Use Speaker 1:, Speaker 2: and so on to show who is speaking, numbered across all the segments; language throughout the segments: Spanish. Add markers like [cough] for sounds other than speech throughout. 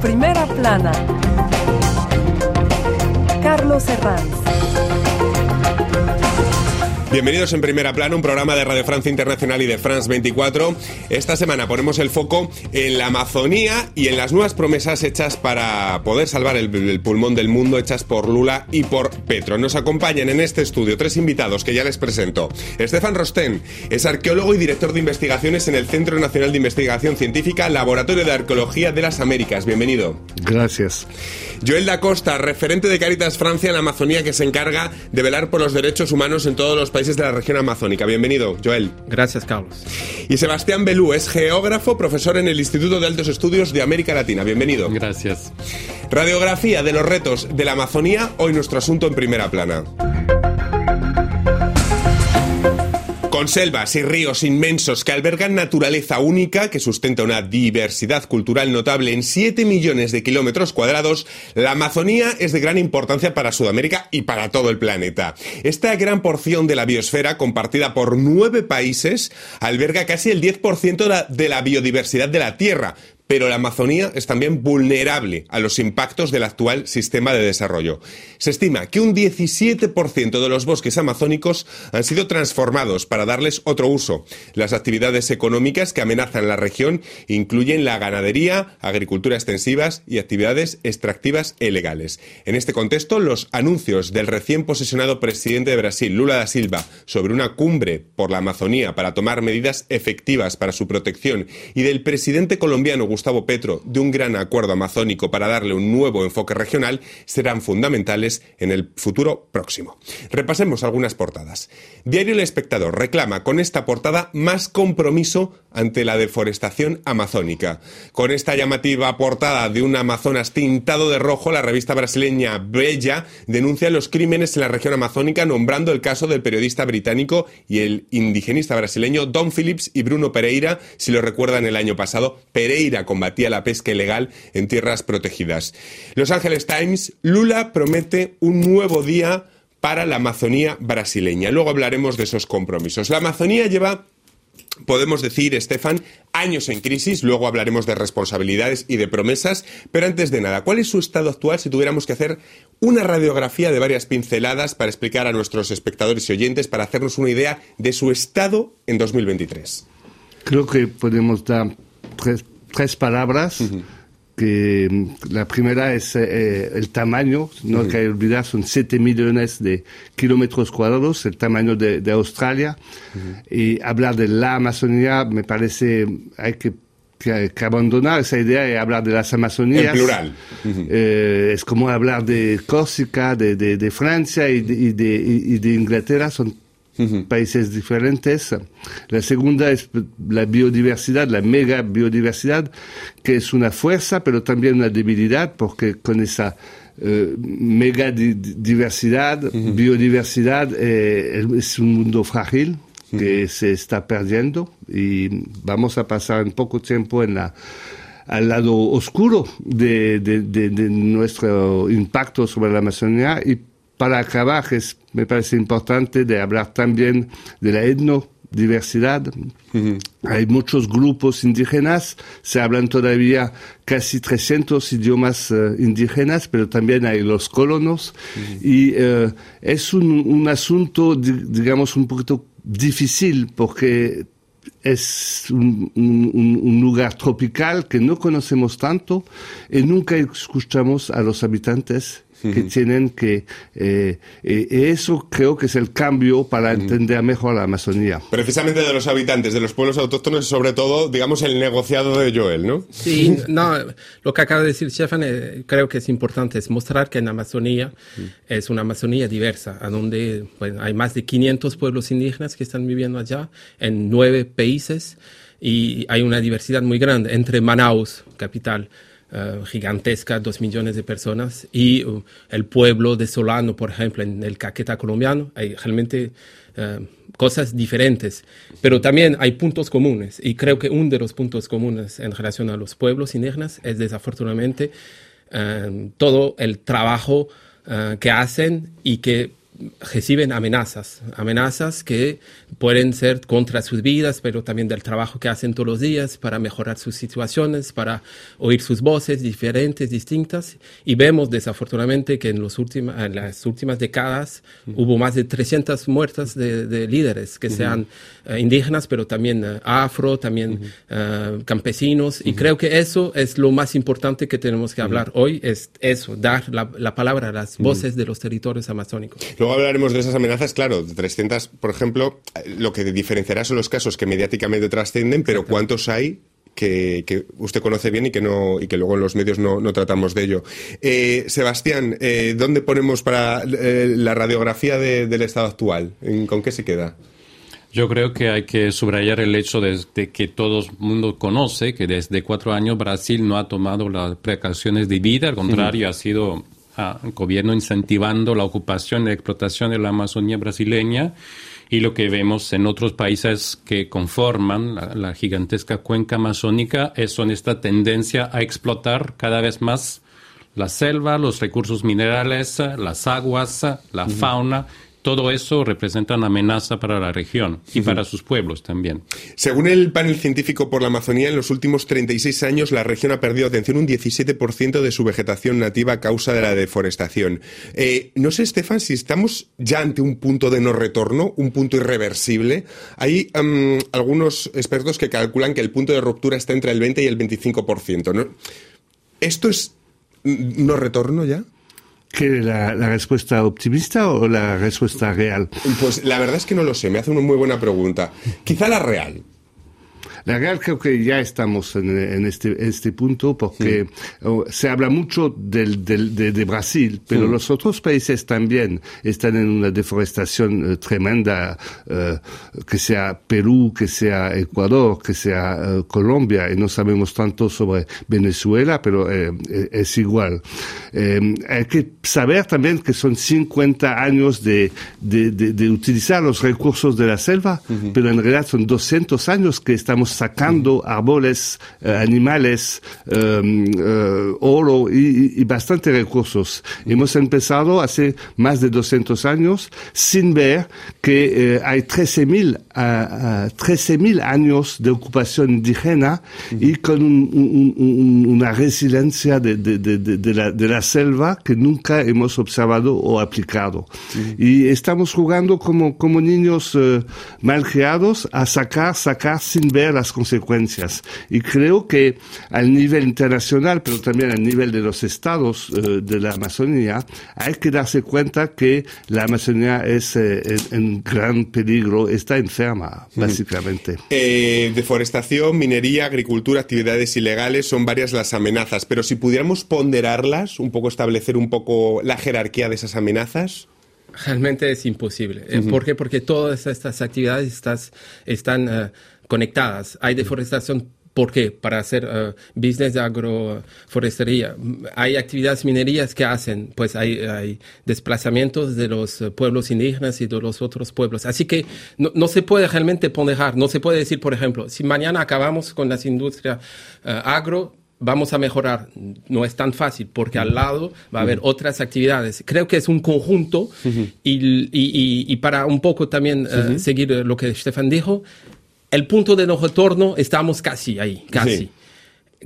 Speaker 1: Primera plana. Carlos Herranz.
Speaker 2: Bienvenidos en Primera Plana, un programa de Radio Francia Internacional y de France 24. Esta semana ponemos el foco en la Amazonía y en las nuevas promesas hechas para poder salvar el, el pulmón del mundo, hechas por Lula y por Petro. Nos acompañan en este estudio tres invitados que ya les presento. Estefan Rostén es arqueólogo y director de investigaciones en el Centro Nacional de Investigación Científica, Laboratorio de Arqueología de las Américas. Bienvenido.
Speaker 3: Gracias.
Speaker 2: Joel da Costa, referente de Caritas Francia en la Amazonía, que se encarga de velar por los derechos humanos en todos los países de la región amazónica. Bienvenido, Joel.
Speaker 4: Gracias, Carlos.
Speaker 2: Y Sebastián Belú es geógrafo, profesor en el Instituto de Altos Estudios de América Latina. Bienvenido.
Speaker 4: Gracias.
Speaker 2: Radiografía de los retos de la Amazonía, hoy nuestro asunto en primera plana. Con selvas y ríos inmensos que albergan naturaleza única, que sustenta una diversidad cultural notable en 7 millones de kilómetros cuadrados, la Amazonía es de gran importancia para Sudamérica y para todo el planeta. Esta gran porción de la biosfera, compartida por nueve países, alberga casi el 10% de la- de la biodiversidad de la Tierra, pero la Amazonía es también vulnerable a los impactos del actual sistema de desarrollo. Se estima que un 17% de los bosques amazónicos han sido transformados para darles otro uso. Las actividades económicas que amenazan la región incluyen la ganadería, agricultura extensivas y actividades extractivas e ilegales. En este contexto, los anuncios del recién posesionado presidente de Brasil, Lula da Silva, sobre una cumbre por la Amazonía para tomar medidas efectivas para su protección y del presidente colombiano Gustavo Petro de un gran acuerdo amazónico para darle un nuevo enfoque regional serán fundamentales en el futuro próximo. Repasemos algunas portadas. Diario El Espectador reclama con esta portada más compromiso ante la deforestación amazónica. Con esta llamativa portada de un Amazonas tintado de rojo, la revista brasileña Bella denuncia los crímenes en la región amazónica nombrando el caso del periodista británico y el indigenista brasileño Don Phillips y Bruno Pereira, si lo recuerdan el año pasado, Pereira combatía la pesca ilegal en tierras protegidas. Los Angeles Times, Lula promete un nuevo día para la Amazonía brasileña. Luego hablaremos de esos compromisos. La Amazonía lleva Podemos decir, Estefan, años en crisis, luego hablaremos de responsabilidades y de promesas, pero antes de nada, ¿cuál es su estado actual si tuviéramos que hacer una radiografía de varias pinceladas para explicar a nuestros espectadores y oyentes, para hacernos una idea de su estado en 2023?
Speaker 3: Creo que podemos dar tres, tres palabras. que mm, la primera es eh, el tamaño, no hay que olvidar, son 7 millones de kilómetros cuadrados, el tamaño de, de Australia. Y hablar de la Amazonía me parece, hay que, que- que abandonar esa idea y hablar de las Amazonías.
Speaker 2: En plural.
Speaker 3: [laughs] Eh, es como hablar de Córcega, de, de- de Francia y de, y de- y de Inglaterra, son países diferentes. La segunda es la biodiversidad, la mega biodiversidad, que es una fuerza, pero también una debilidad, porque con esa eh, mega di- diversidad, biodiversidad, eh, el- es un mundo frágil que se está perdiendo y vamos a pasar en poco tiempo en la al lado oscuro de, de- de- de nuestro impacto sobre la Amazonía. Y para acabar, es- me parece importante de hablar también de la etnodiversidad. Hay muchos grupos indígenas, se hablan todavía casi 300 idiomas eh, indígenas, pero también hay los colonos. Y eh, es un, un asunto, di- digamos, un poquito difícil porque es un, un- un- un lugar tropical que no conocemos tanto y nunca escuchamos a los habitantes que tienen que... eh, eh, y eso creo que es el cambio para entender mejor la Amazonía.
Speaker 2: Precisamente de los habitantes, de los pueblos autóctonos y sobre todo, digamos, el negociado de Joel, ¿no?
Speaker 4: Sí, no, lo que acaba de decir Stefan eh, creo que es importante, es mostrar que en Amazonía es una Amazonía diversa, a donde bueno, hay más de 500 pueblos indígenas que están viviendo allá en nueve países y hay una diversidad muy grande entre Manaus, capital. eh, gigantesca, dos millones de personas, y uh, el pueblo de Solano, por ejemplo, en el Caqueta colombiano, hay realmente eh, cosas diferentes, pero también hay puntos comunes y creo que uno de los puntos comunes en relación a los pueblos indígenas es desafortunadamente eh, todo el trabajo eh, que hacen y que reciben amenazas, amenazas que pueden ser contra sus vidas, pero también del trabajo que hacen todos los días para mejorar sus situaciones, para oír sus voces diferentes, distintas. Y vemos desafortunadamente que en, los últimos, en las últimas décadas uh -huh. hubo más de 300 muertas de, de líderes, que uh -huh. sean eh, indígenas, pero también eh, afro, también uh -huh. campesinos. Y creo que eso es lo más importante que tenemos que hablar hoy, es eso, dar la, la palabra a las voces de los territorios amazónicos.
Speaker 2: Luego hablaremos de esas amenazas, claro, 300, por ejemplo, lo que diferenciará son los casos que mediáticamente trascienden, pero ¿cuántos hay que, que, usted conoce bien y que no y que luego en los medios no, no tratamos de ello. Eh, Sebastián, eh, ¿dónde ponemos para eh, la radiografía de, del estado actual? ¿Con qué se queda?
Speaker 5: Yo creo que hay que subrayar el hecho de, de, que todo el mundo conoce que desde cuatro años Brasil no ha tomado las precauciones de vida, al contrario, uh -huh. ha sido ah, un gobierno incentivando la ocupación y la explotación de la Amazonía brasileña y lo que vemos en otros países que conforman la, la gigantesca cuenca amazónica es, son esta tendencia a explotar cada vez más la selva, los recursos minerales, las aguas, la uh -huh. fauna. Todo eso representa una amenaza para la región y uh -huh. para sus pueblos también.
Speaker 2: Según el panel científico por la Amazonía, en los últimos 36 años la región ha perdido, atención, un 17% de su vegetación nativa a causa de la deforestación. Eh, no sé, Estefan, si estamos ya ante un punto de no retorno, un punto irreversible. Hay um, algunos expertos que calculan que el punto de ruptura está entre el 20 y el 25%. ¿no? ¿Esto es no retorno ya?
Speaker 3: ¿Qué la, la, respuesta optimista o la respuesta real?
Speaker 2: Pues la verdad es que no lo sé, me hace una muy buena pregunta. Quizá la real.
Speaker 3: La real creo que ya estamos en, en este, este, punto porque sí. se habla mucho del, del, de, de, Brasil, pero sí. los otros países también están en una deforestación tremenda, eh, que sea Perú, que sea Ecuador, que sea eh, Colombia, y no sabemos tanto sobre Venezuela, pero eh, es igual. Eh, hay que saber también que son 50 años de, de, de utilizar los recursos de la selva, uh -huh. pero en realidad son 200 años que estamos sacando árboles, eh, animales, eh, eh, oro y, y bastantes recursos. Hemos empezado hace más de 200 años sin ver que eh, hay 13.000 13 años de ocupación indígena uh -huh. y con un, un, un, una resiliencia de, de, de, la, de, la, selva que nunca hemos observado o aplicado. Uh -huh. Y estamos jugando como, como niños eh, malcriados a sacar, sacar sin ver las consecuencias. Y creo que al nivel internacional, pero también al nivel de los estados eh, de la Amazonía, hay que darse cuenta que la Amazonía es eh, en, en, gran peligro, está enferma, básicamente. Mm.
Speaker 2: Eh, deforestación, minería, agricultura, actividades ilegales son varias las amenazas, pero si pudiéramos ponderarlas, un poco establecer un poco la jerarquía de esas amenazas.
Speaker 4: Realmente es imposible. Uh -huh. ¿Por qué? Porque todas estas actividades estás, están uh, conectadas. Hay deforestación. ¿Por qué? Para hacer uh, business de agroforestería. Hay actividades minerías que hacen, pues hay, hay, desplazamientos de los eh, pueblos indígenas y de los otros pueblos. Así que no, no, se puede realmente ponderar, no se puede decir, por ejemplo, si mañana acabamos con las industrias uh, agro, vamos a mejorar. No es tan fácil porque al lado va a haber uh -huh. otras actividades. Creo que es un conjunto uh -huh. y, y, y, para un poco también -huh. seguir lo que Stefan dijo, el punto de no retorno estamos casi ahí, casi. Sí.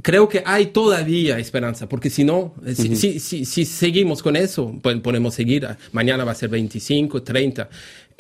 Speaker 4: Creo que hay todavía esperanza, porque si no, uh -huh. si, si, si, si, seguimos con eso, pues podemos seguir. Mañana va a ser 25, 30.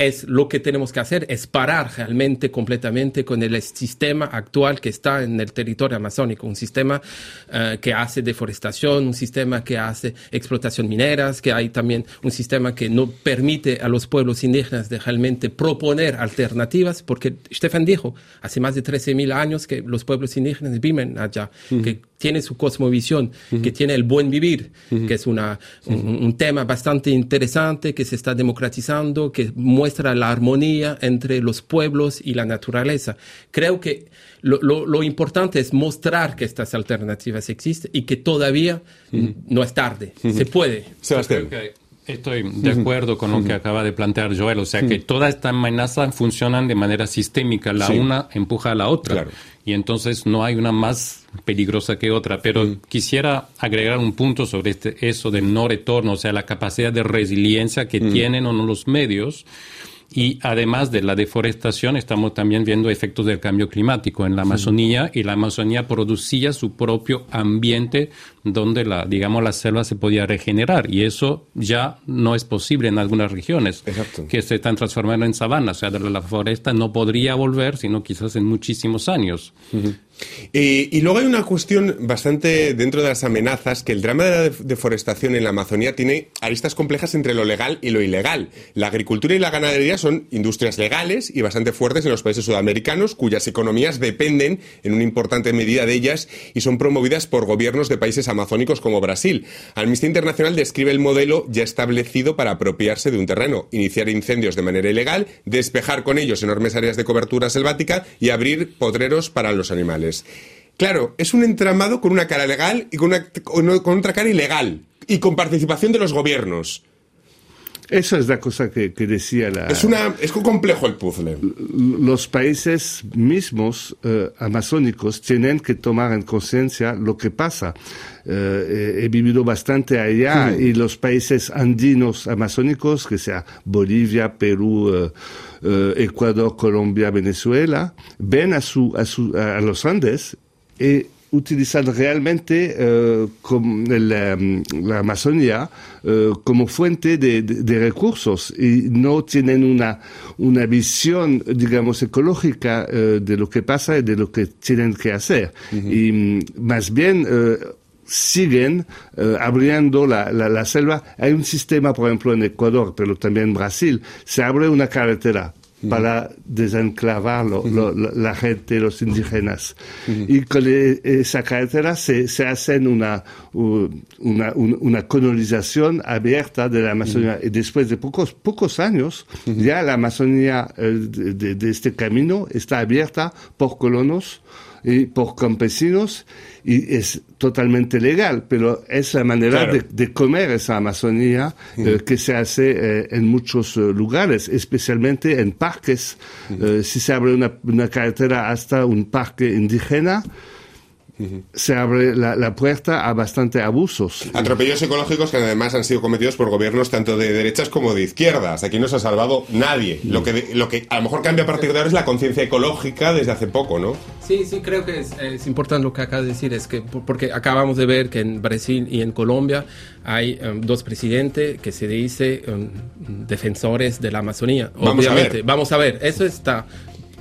Speaker 4: Es lo que tenemos que hacer, es parar realmente completamente con el sistema actual que está en el territorio amazónico. Un sistema uh, que hace deforestación, un sistema que hace explotación mineras, que hay también un sistema que no permite a los pueblos indígenas de realmente proponer alternativas, porque Stefan dijo, hace más de 13.000 años que los pueblos indígenas viven allá, uh -huh. que tiene su cosmovisión, uh -huh. que tiene el buen vivir, uh -huh. que es una, un, un, tema bastante interesante, que se está democratizando, que muestra la armonía entre los pueblos y la naturaleza. Creo que lo, lo, lo importante es mostrar que estas alternativas existen y que todavía uh -huh. no es tarde, se puede.
Speaker 2: Sebastián.
Speaker 5: Estoy de acuerdo con lo que acaba de plantear Joel, o sea que todas estas amenazas funcionan de manera sistémica, la
Speaker 2: Sí.
Speaker 5: una empuja a la otra
Speaker 2: Claro.
Speaker 5: y entonces no hay una más peligrosa que otra, pero quisiera agregar un punto sobre este, eso del no retorno, o sea, la capacidad de resiliencia que tienen o no los medios y además de la deforestación estamos también viendo efectos del cambio climático en la Amazonía y la Amazonía producía su propio ambiente donde la digamos la selva se podía regenerar y eso ya no es posible en algunas regiones
Speaker 2: Exacto.
Speaker 5: que se están transformando en sabanas, o sea, de la la foresta no podría volver sino quizás en muchísimos años.
Speaker 2: Y, y luego hay una cuestión bastante dentro de las amenazas, que el drama de la def- deforestación en la Amazonía tiene aristas complejas entre lo legal y lo ilegal. La agricultura y la ganadería son industrias legales y bastante fuertes en los países sudamericanos, cuyas economías dependen en una importante medida de ellas y son promovidas por gobiernos de países amazónicos como Brasil. Amnistía Internacional describe el modelo ya establecido para apropiarse de un terreno, iniciar incendios de manera ilegal, despejar con ellos enormes áreas de cobertura selvática y abrir potreros para los animales. Claro, es un entramado con una cara legal y con, una- con o- con otra cara ilegal y con participación de los gobiernos.
Speaker 3: Eso es la cosa que, que decía la...
Speaker 2: Es, una, es un complejo el puzzle.
Speaker 3: los países mismos eh, amazónicos tienen que tomar en conciencia lo que pasa. Eh, he, he vivido bastante allá y los países andinos amazónicos, que sea Bolivia, Perú, eh, eh, Ecuador, Colombia, Venezuela, ven a, su, a, su- a los Andes y utilizan eh, realmente eh, com- la, la Amazonía eh, como fuente de, de- de recursos y no tienen una, una visión, digamos, ecológica eh, de lo que pasa y de lo que tienen que hacer. Y mm, más bien eh, siguen eh, abriendo la, la- la selva. Hay un sistema, por ejemplo, en Ecuador, pero también en Brasil, se abre una carretera para desenclavar lo- lo- lo- la gente, los indígenas. Y con e- esa carretera se, se hacen una, u- una, un- una colonización abierta de la Amazonía. Y después de pocos, pocos años, ya la Amazonía eh, de, de- de este camino está abierta por colonos y por campesinos y es totalmente legal, pero es la manera
Speaker 2: Claro.
Speaker 3: de, de comer esa Amazonía eh, que se hace eh, en muchos eh, lugares, especialmente en parques. Eh, si se abre una, una carretera hasta un parque indígena, se abre la, la puerta a bastante abusos.
Speaker 2: Atropellos ecológicos que además han sido cometidos por gobiernos tanto de derechas como de izquierdas. Aquí no se ha salvado nadie. Lo que, de- lo que a lo mejor cambia a partir de ahora es la conciencia ecológica desde hace poco, ¿no?
Speaker 4: Sí, sí, creo que es, es importante lo que acabas de decir, es que por- porque acabamos de ver que en Brasil y en Colombia hay em, dos presidentes que se dice em, defensores de la Amazonía.
Speaker 2: Vamos a
Speaker 4: Obviamente,
Speaker 2: ver.
Speaker 4: vamos a ver, eso está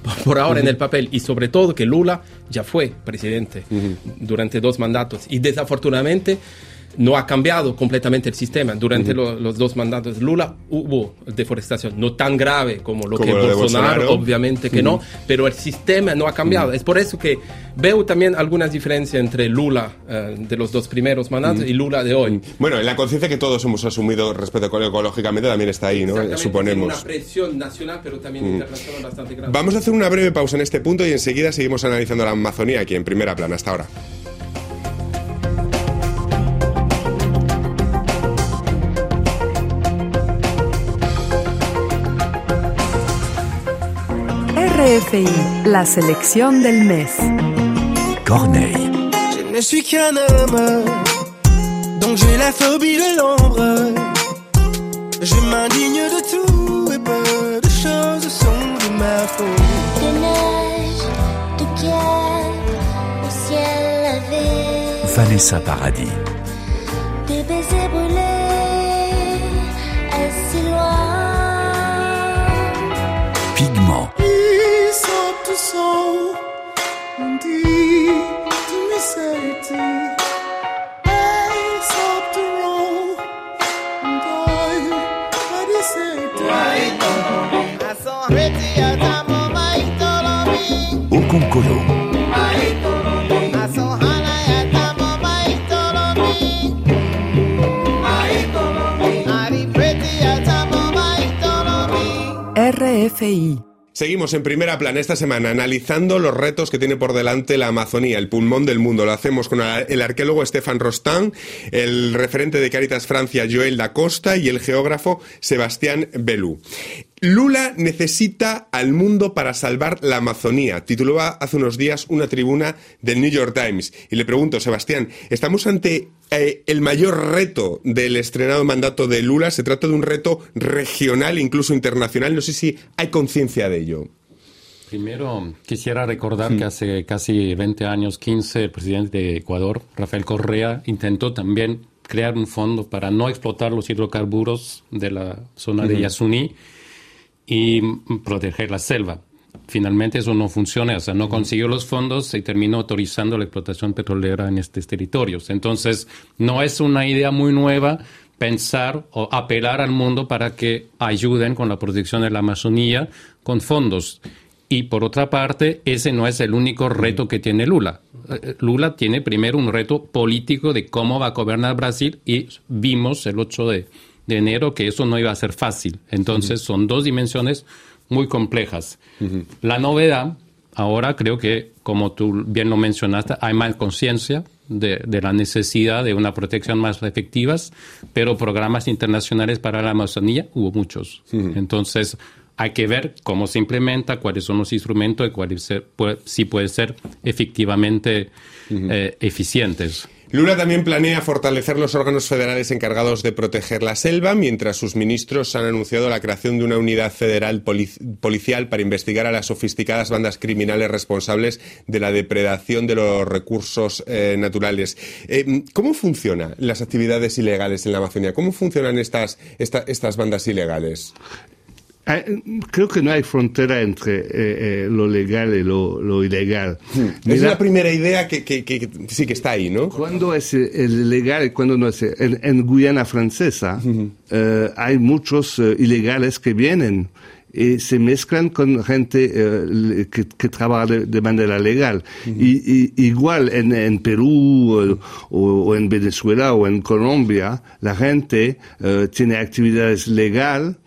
Speaker 4: por- por ahora en el papel y sobre todo que Lula ya fue presidente durante dos mandatos y desafortunadamente no ha cambiado completamente el sistema. Durante lo- los dos mandatos Lula hubo deforestación, no tan grave como lo
Speaker 2: Como
Speaker 4: que
Speaker 2: lo de
Speaker 4: Bolsonaro,
Speaker 2: Bolsonaro.
Speaker 4: obviamente que no, pero el sistema no ha cambiado. Es por eso que veo también algunas diferencias entre Lula eh, de los dos primeros mandatos y Lula de hoy.
Speaker 2: Bueno, la conciencia que todos hemos asumido respecto eco- ecológicamente también está ahí, ¿no? eh,
Speaker 4: Exactamente, tiene
Speaker 2: Suponemos.
Speaker 4: Una presión nacional, pero también internacional bastante grande.
Speaker 2: Vamos a hacer una breve pausa en este punto y enseguida seguimos analizando la Amazonía aquí en primera plana. Hasta ahora.
Speaker 1: RFI, la selección del mes.
Speaker 6: Corneille.
Speaker 7: Je ne suis qu'un homme, donc j'ai la phobie de l'ombre. Je m'indigne de tout et peu de choses sont de ma faute.
Speaker 8: de neige, de guerre, au ciel lavé,
Speaker 6: Vanessa Paradis.
Speaker 8: des baisers brûlés, assis loin.
Speaker 6: Pigment.
Speaker 7: Ils sont tous en dit, tout est certi. Ils sont tous en deuil, pas de certitude. I saw Haiti at a moment, Tolomi.
Speaker 6: Okonkolo.
Speaker 7: I saw Hana at a moment, Tolomi. Ari Pretty at a moment, Tolomi.
Speaker 1: RFI,
Speaker 2: Seguimos en primera plana esta semana analizando los retos que tiene por delante la Amazonía, el pulmón del mundo. Lo hacemos con el arqueólogo Estefan Rostán, el referente de Caritas Francia Joel Da Costa y el geógrafo Sebastián Belú. Lula necesita al mundo para salvar la Amazonía, titulaba hace unos días una tribuna del New York Times. Y le pregunto, Sebastián, ¿estamos ante eh, el mayor reto del estrenado mandato de Lula? Se trata de un reto regional, incluso internacional. No sé si hay conciencia de ello.
Speaker 5: Primero, quisiera recordar que hace casi 20 años, 15, el presidente de Ecuador, Rafael Correa, intentó también crear un fondo para no explotar los hidrocarburos de la zona de Yasuní y proteger la selva. Finalmente eso no funciona, o sea, no consiguió los fondos y terminó autorizando la explotación petrolera en estos territorios. Entonces, no es una idea muy nueva pensar o apelar al mundo para que ayuden con la protección de la Amazonía con fondos. Y por otra parte, ese no es el único reto que tiene Lula. Eh, Lula tiene primero un reto político de cómo va a gobernar Brasil y vimos el 8 de, de enero que eso no iba a ser fácil. Entonces son dos dimensiones muy complejas. La novedad, ahora creo que, como tú bien lo mencionaste, hay más conciencia de, de la necesidad de una protección más efectiva, pero programas internacionales para la Amazonía hubo muchos. Entonces, hay que ver cómo se implementa, cuáles son los instrumentos y cuáles se- puede- si puede ser efectivamente eh, eficientes.
Speaker 2: Lula también planea fortalecer los órganos federales encargados de proteger la selva, mientras sus ministros han anunciado la creación de una unidad federal polic- policial para investigar a las sofisticadas bandas criminales responsables de la depredación de los recursos eh, naturales. Eh, ¿Cómo funcionan las actividades ilegales en la Amazonía? ¿Cómo funcionan estas, esta- estas bandas ilegales?
Speaker 3: Ah, Creo que no hay frontera entre eh, eh, lo legal y lo, lo ilegal.
Speaker 2: es
Speaker 3: Mira-
Speaker 2: la primera idea que, que- que- que sí que está ahí, ¿no?
Speaker 3: Cuando es eh, el legal y cuando no es? eh, En, en Guyana francesa eh, hay muchos eh, ilegales que vienen y se mezclan con gente eh, le- que, que trabaja de, de manera legal. y, y- igual en, en Perú eh, o, o en Venezuela o en Colombia, la gente eh, tiene actividades legal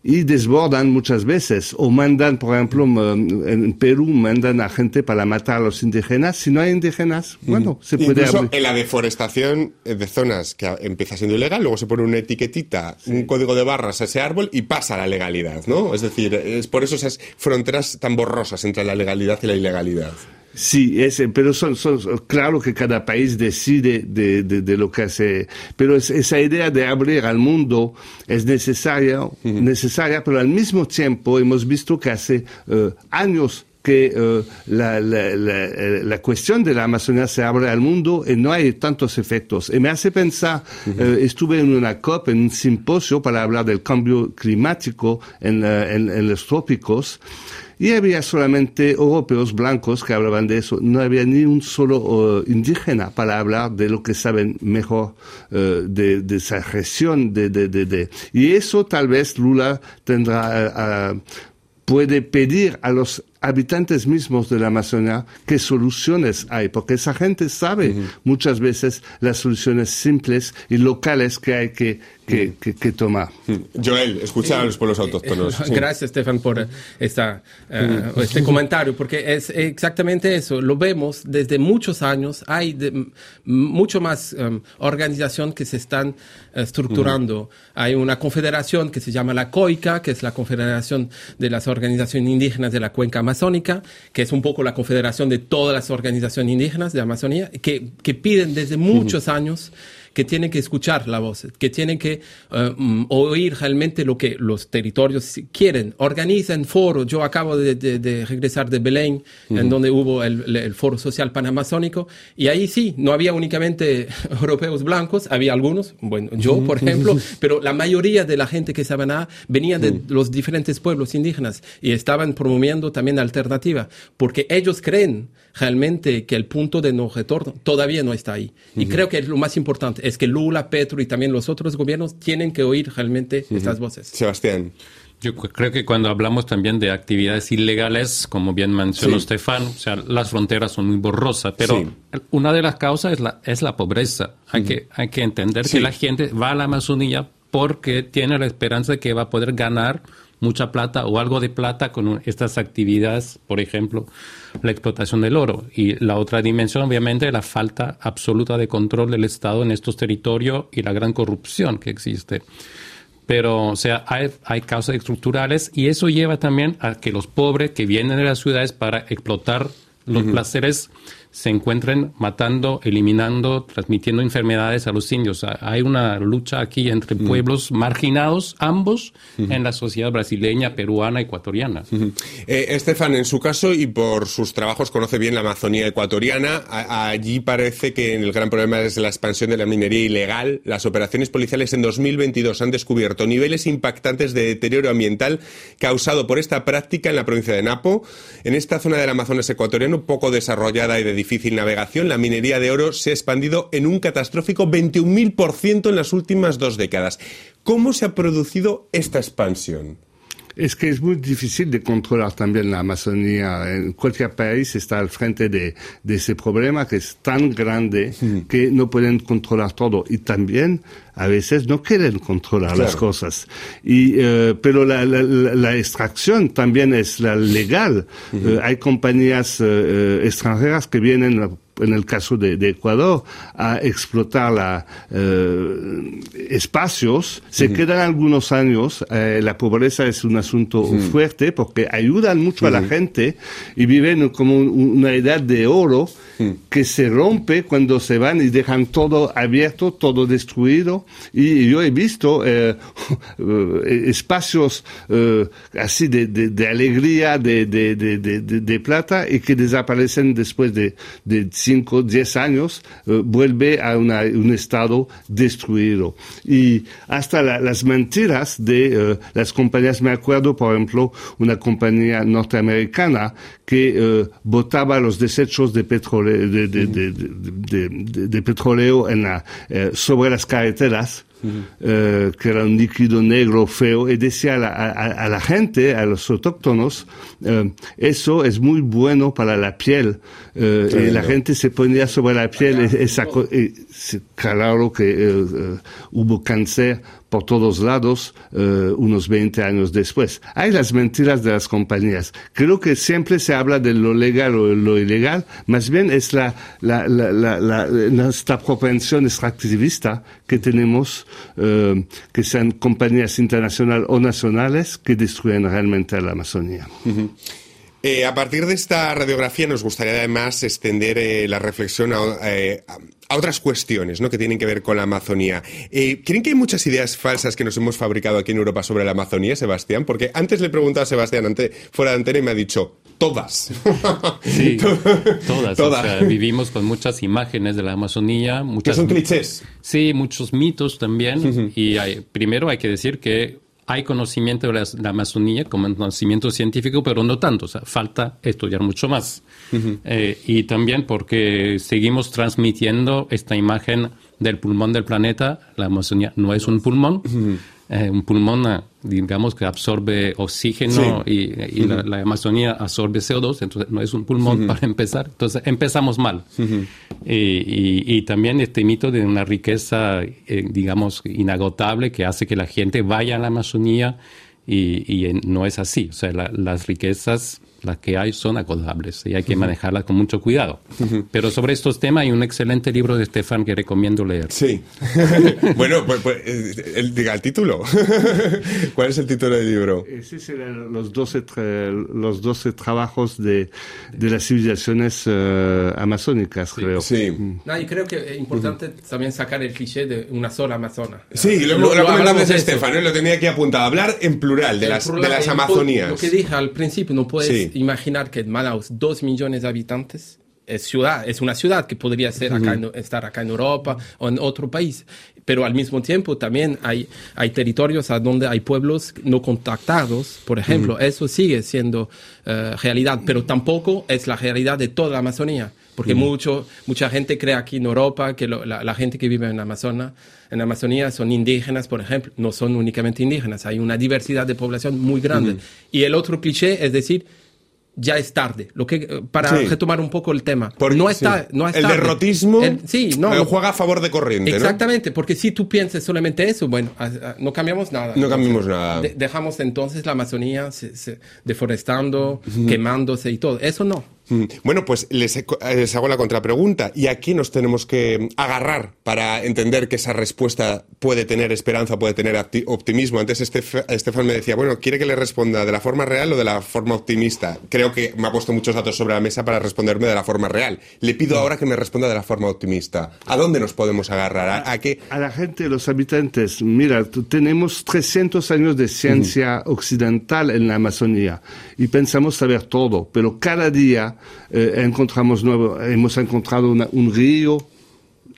Speaker 3: y desbordan muchas veces o mandan, por ejemplo, m- en Perú mandan a gente para matar a los indígenas. Si no hay indígenas, bueno, se puede
Speaker 2: Incluso
Speaker 3: abrir.
Speaker 2: en la deforestación eh, de zonas que a- empieza siendo ilegal, luego se pone una etiquetita, un código de barras a ese árbol y pasa a la legalidad, ¿no? Es decir, es por eso esas fronteras tan borrosas entre la legalidad y la ilegalidad.
Speaker 3: Sí, es, pero son, son, claro que cada país decide de, de- de lo que hace, pero es- esa idea de abrir al mundo es necesaria, necesaria, pero al mismo tiempo hemos visto que hace eh, años que eh, la, la- la- eh, la cuestión de la Amazonía se abre al mundo y no hay tantos efectos. Y me hace pensar, eh, estuve en una COP, en un simposio para hablar del cambio climático en, la- en- en los trópicos, y había solamente europeos blancos que hablaban de eso. No había ni un solo eh, indígena para hablar de lo que saben mejor eh, de, de esa región. De, de- de- de- Y eso tal vez Lula tendrá, eh, a- puede pedir a los habitantes mismos de la Amazonia qué soluciones hay, porque esa gente sabe muchas veces las soluciones simples y locales que hay que, que, que- que tomar.
Speaker 2: Joel, escucha a los pueblos
Speaker 4: [laughs]
Speaker 2: autóctonos.
Speaker 3: [laughs]
Speaker 4: Eh,
Speaker 2: Sí.
Speaker 4: Gracias, Stefan, por eh, esta,
Speaker 2: [laughs]
Speaker 4: eh, este comentario, porque es exactamente eso. Lo vemos desde muchos años. Hay de- m- mucho más em, organización que se están eh, estructurando. Hay una confederación que se llama la COICA, que es la Confederación de las Organizaciones Indígenas de la Cuenca Amazónica, que es un poco la confederación de todas las organizaciones indígenas de Amazonía, que, que piden desde muchos años que tienen que escuchar la voz, que tienen que eh, mm, oír realmente lo que los territorios quieren. Organizan foros. Yo acabo de, de- de regresar de Belén, en donde hubo el, el foro social panamazónico, y ahí sí, no había únicamente [laughs] europeos blancos, había algunos, bueno, yo por ejemplo, pero la mayoría de la gente que estaba nada venía de los diferentes pueblos indígenas y estaban promoviendo también alternativa, porque ellos creen realmente que el punto de no retorno todavía no está ahí. Y creo que lo más importante es que Lula, Petro y también los otros gobiernos tienen que oír realmente estas voces.
Speaker 2: Sebastián.
Speaker 5: Yo cu- creo que cuando hablamos también de actividades ilegales, como bien mencionó Stefan, o sea, las fronteras son muy borrosas, pero
Speaker 2: Sí.
Speaker 5: una de las causas es la, es la pobreza. Hay, que, hay que entender
Speaker 2: Sí.
Speaker 5: que la gente va a la Amazonía porque tiene la esperanza de que va a poder ganar mucha plata o algo de plata con un- estas actividades, por ejemplo, la explotación del oro. Y la otra dimensión, obviamente, la falta absoluta de control del Estado en estos territorios y la gran corrupción que existe. Pero, o sea, hay, hay causas estructurales y eso lleva también a que los pobres que vienen de las ciudades para explotar los placeres se encuentren matando, eliminando, transmitiendo enfermedades a los indios. Ha- Hay una lucha aquí entre pueblos marginados, ambos, en la sociedad brasileña, peruana, ecuatoriana.
Speaker 2: Eh, Estefan, en su caso y por sus trabajos conoce bien la Amazonía ecuatoriana. A- allí parece que el gran problema es la expansión de la minería ilegal. Las operaciones policiales en 2022 han descubierto niveles impactantes de deterioro ambiental causado por esta práctica en la provincia de Napo. En esta zona del Amazonas ecuatoriano, poco desarrollada y de difícil navegación, la minería de oro se ha expandido en un catastrófico 21.000% en las últimas dos décadas. ¿Cómo se ha producido esta expansión?
Speaker 3: Es que es muy difícil de controlar también la Amazonía. En cualquier país está al frente de, de ese problema que es tan grande que no pueden controlar todo. Y también a veces no quieren controlar las
Speaker 2: Claro.
Speaker 3: cosas. Y, eh, pero la, la- la- la extracción también es la legal. Eh, hay compañías eh, eh, extranjeras que vienen a- en el caso de, de Ecuador, a explotar la, eh, espacios, se quedan algunos años, eh, la pobreza es un asunto fuerte porque ayudan mucho a la gente y viven como un- una edad de oro que se rompe cuando se van y dejan todo abierto, todo destruido. Y yo he visto eh, [laughs] eh, espacios eh, así de, de- de alegría, de, de- de- de- de- de plata, y que desaparecen después de, de 5, 10 años, eh, vuelve a una- un estado destruido. Y hasta la- las mentiras de eh, las compañías, me acuerdo, por ejemplo, una compañía norteamericana que eh, botaba los desechos de petróleo, de, de- de- de- de- de- de petróleo en la, eh, sobre las carreteras. eh, que era un líquido negro feo y decía a la, a- a la gente, a los autóctonos, eh, eso es muy bueno para la piel. Eh, y la gente se ponía sobre la piel y, y sacó- y se- eh, claro que eh, eh, hubo cáncer por todos lados eh, unos 20 años después. Hay las mentiras de las compañías. Creo que siempre se habla de lo legal o lo ilegal, más bien es la, la, la, la- la- la- esta propensión extractivista que tenemos, eh, que sean compañías internacionales o nacionales que destruyen realmente a la Amazonía.
Speaker 2: Eh, a partir de esta radiografía nos gustaría además extender eh, la reflexión a, eh, a otras cuestiones ¿no? que tienen que ver con la Amazonía. Eh, ¿Creen que hay muchas ideas falsas que nos hemos fabricado aquí en Europa sobre la Amazonía, Sebastián? Porque antes le he preguntado a Sebastián ante- fuera de antena y me ha dicho todas. [laughs]
Speaker 5: Sí,
Speaker 2: todas.
Speaker 5: todas. O sea, vivimos con muchas imágenes de la Amazonía,
Speaker 2: que
Speaker 5: muchas
Speaker 2: son clichés.
Speaker 5: Sí, muchos mitos también. Y hay- primero hay que decir que hay conocimiento de la, la Amazonía como conocimiento científico, pero no tanto. O sea, falta estudiar mucho más. Eh, y también porque seguimos transmitiendo esta imagen del pulmón del planeta. La Amazonía no es un pulmón. Eh, un pulmón, eh, digamos, que absorbe oxígeno y, y la, la Amazonía absorbe CO2, entonces no es un pulmón para empezar. Entonces empezamos mal. y, y- y también este mito de una riqueza, eh, digamos, inagotable que hace que la gente vaya a la Amazonía y, y, eh, no es así. O sea, la- las riquezas, las que hay, son agotables y hay que manejarlas con mucho cuidado. Pero sobre estos temas hay un excelente libro de Estefan que recomiendo leer.
Speaker 2: Sí. [laughs] bueno, pues, pues, eh, el- diga el título. [laughs] ¿Cuál es el título del libro?
Speaker 3: Ese serán los 12, tra- los 12 trabajos de, de las civilizaciones eh, amazónicas, creo.
Speaker 2: Sí.
Speaker 5: Mm.
Speaker 4: No, y creo que es importante también sacar el cliché de una sola Amazona.
Speaker 2: Sí, lo, lo,
Speaker 4: Lo- lo hablamos
Speaker 2: comentamos
Speaker 4: de eso.
Speaker 2: Estefan, ¿eh? lo tenía aquí apuntado. Hablar en plural de
Speaker 4: El
Speaker 2: las, de
Speaker 4: problema-
Speaker 2: las
Speaker 4: el-
Speaker 2: Amazonías.
Speaker 4: Lo que dije al principio, no puedes
Speaker 2: Sí.
Speaker 4: imaginar que en Malaus, dos millones de habitantes, es ciudad, es una ciudad que podría ser acá en- estar acá en Europa o en otro país. Pero al mismo tiempo también hay, hay territorios a donde hay pueblos no contactados, por ejemplo. Eso sigue siendo eh, realidad, pero tampoco es la realidad de toda la Amazonía. Porque mucho, mucha gente cree aquí en Europa que lo- la, la gente que vive en Amazonas, en Amazonía son indígenas, por ejemplo. No son únicamente indígenas, hay una diversidad de población muy grande. Y el otro cliché es decir, ya es tarde. Lo que, eh, para
Speaker 2: Sí.
Speaker 4: retomar un poco el tema.
Speaker 2: Porque-
Speaker 4: no está,
Speaker 2: sí.
Speaker 4: no es
Speaker 2: el
Speaker 4: tarde.
Speaker 2: derrotismo
Speaker 4: El- sí, no,
Speaker 2: eh,
Speaker 4: no-
Speaker 2: juega a favor de corriente,
Speaker 4: Exactamente, porque si tú piensas solamente eso, bueno, a- a- no cambiamos nada.
Speaker 2: No cambiamos
Speaker 4: Entonces,
Speaker 2: nada.
Speaker 4: de- dejamos entonces la Amazonía se- se- deforestando, quemándose y todo. Eso no.
Speaker 2: ¿no? Mm. Bueno, pues les, he co- eh, les hago la contrapregunta. ¿Y a qué nos tenemos que mm, agarrar para entender que esa respuesta puede tener esperanza, puede tener acti- optimismo? Antes Estef- Estefan me decía, bueno, ¿quiere que le responda de la forma real o de la forma optimista? Creo que me ha puesto muchos datos sobre la mesa para responderme de la forma real. Le
Speaker 5: Mm.
Speaker 2: pido ahora que me responda de la forma optimista. ¿A dónde nos podemos agarrar? ¿A, a qué?
Speaker 3: A la gente, los habitantes, mira, t- tenemos 300 años de ciencia occidental en la Amazonía y pensamos saber todo, pero cada día eh, encontramos nuevo, hemos encontrado una- un río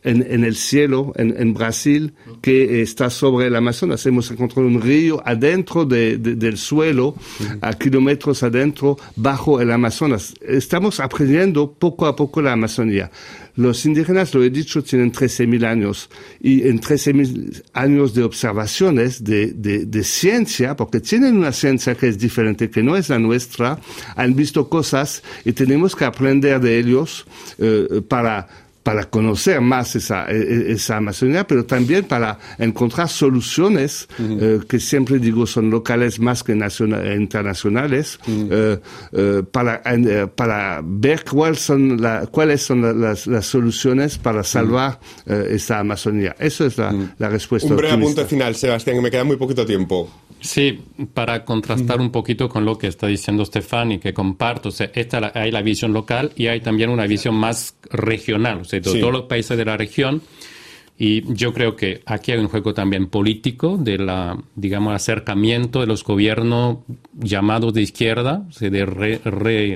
Speaker 3: en, en el cielo, en, en Brasil, que eh, está sobre el Amazonas. Hemos encontrado un río adentro de- de- del suelo, a kilómetros adentro, bajo el Amazonas. Estamos aprendiendo poco a poco la Amazonía. Los indígenas, lo he dicho, tienen 13.000 años y en 13.000 años de observaciones, de, de- de ciencia, porque tienen una ciencia que es diferente, que no es la nuestra, han visto cosas y tenemos que aprender de ellos eh, para para conocer más esa, e- e- esa Amazonía, pero también para encontrar soluciones eh, que siempre digo son locales más que naciona- internacionales, eh, eh, para, en- eh, para ver cuál son la- cuáles son la- las, las soluciones para salvar eh, esa Amazonía. Eso es la, la
Speaker 5: Pues
Speaker 3: respuesta.
Speaker 2: Un breve
Speaker 3: optimista.
Speaker 2: apunte final, Sebastián, que me queda muy poquito tiempo.
Speaker 5: Sí, para contrastar un poquito con lo que está diciendo Stefani, que comparto, o sea, esta la- hay la visión local y hay también una visión más regional, o sea, de
Speaker 2: Sí.
Speaker 5: todos los países de la región. Y yo creo que aquí hay un juego también político de la, digamos, acercamiento de los gobiernos llamados de izquierda, o sea, de re-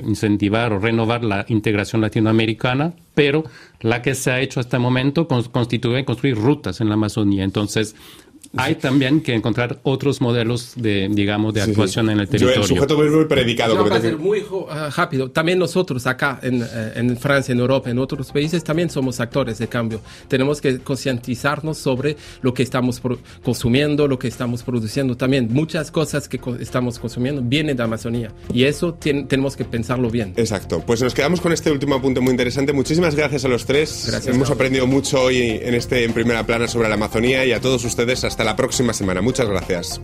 Speaker 5: reincentivar o renovar la integración latinoamericana, pero la que se ha hecho hasta el momento cons- constituye construir rutas en la Amazonía. Entonces, hay también que encontrar otros modelos de, digamos, de actuación en el
Speaker 2: Yo, el
Speaker 5: territorio.
Speaker 2: sujeto verbo y predicado.
Speaker 4: Yo
Speaker 2: porque
Speaker 4: va a
Speaker 2: tengo-
Speaker 4: ser muy jo- ah, rápido. También nosotros acá en, eh, en Francia, en Europa, en otros países, también somos actores de cambio. Tenemos que concientizarnos sobre lo que estamos pro- consumiendo, lo que estamos produciendo. También muchas cosas que co- estamos consumiendo vienen de Amazonía. Y eso tien- tenemos que pensarlo bien.
Speaker 2: Exacto. Pues nos quedamos con este último punto muy interesante. Muchísimas gracias a los tres.
Speaker 4: Gracias,
Speaker 2: Hemos
Speaker 4: Raúl.
Speaker 2: aprendido mucho hoy en este en primera plana sobre la Amazonía y a todos ustedes hasta la próxima semana. Muchas gracias.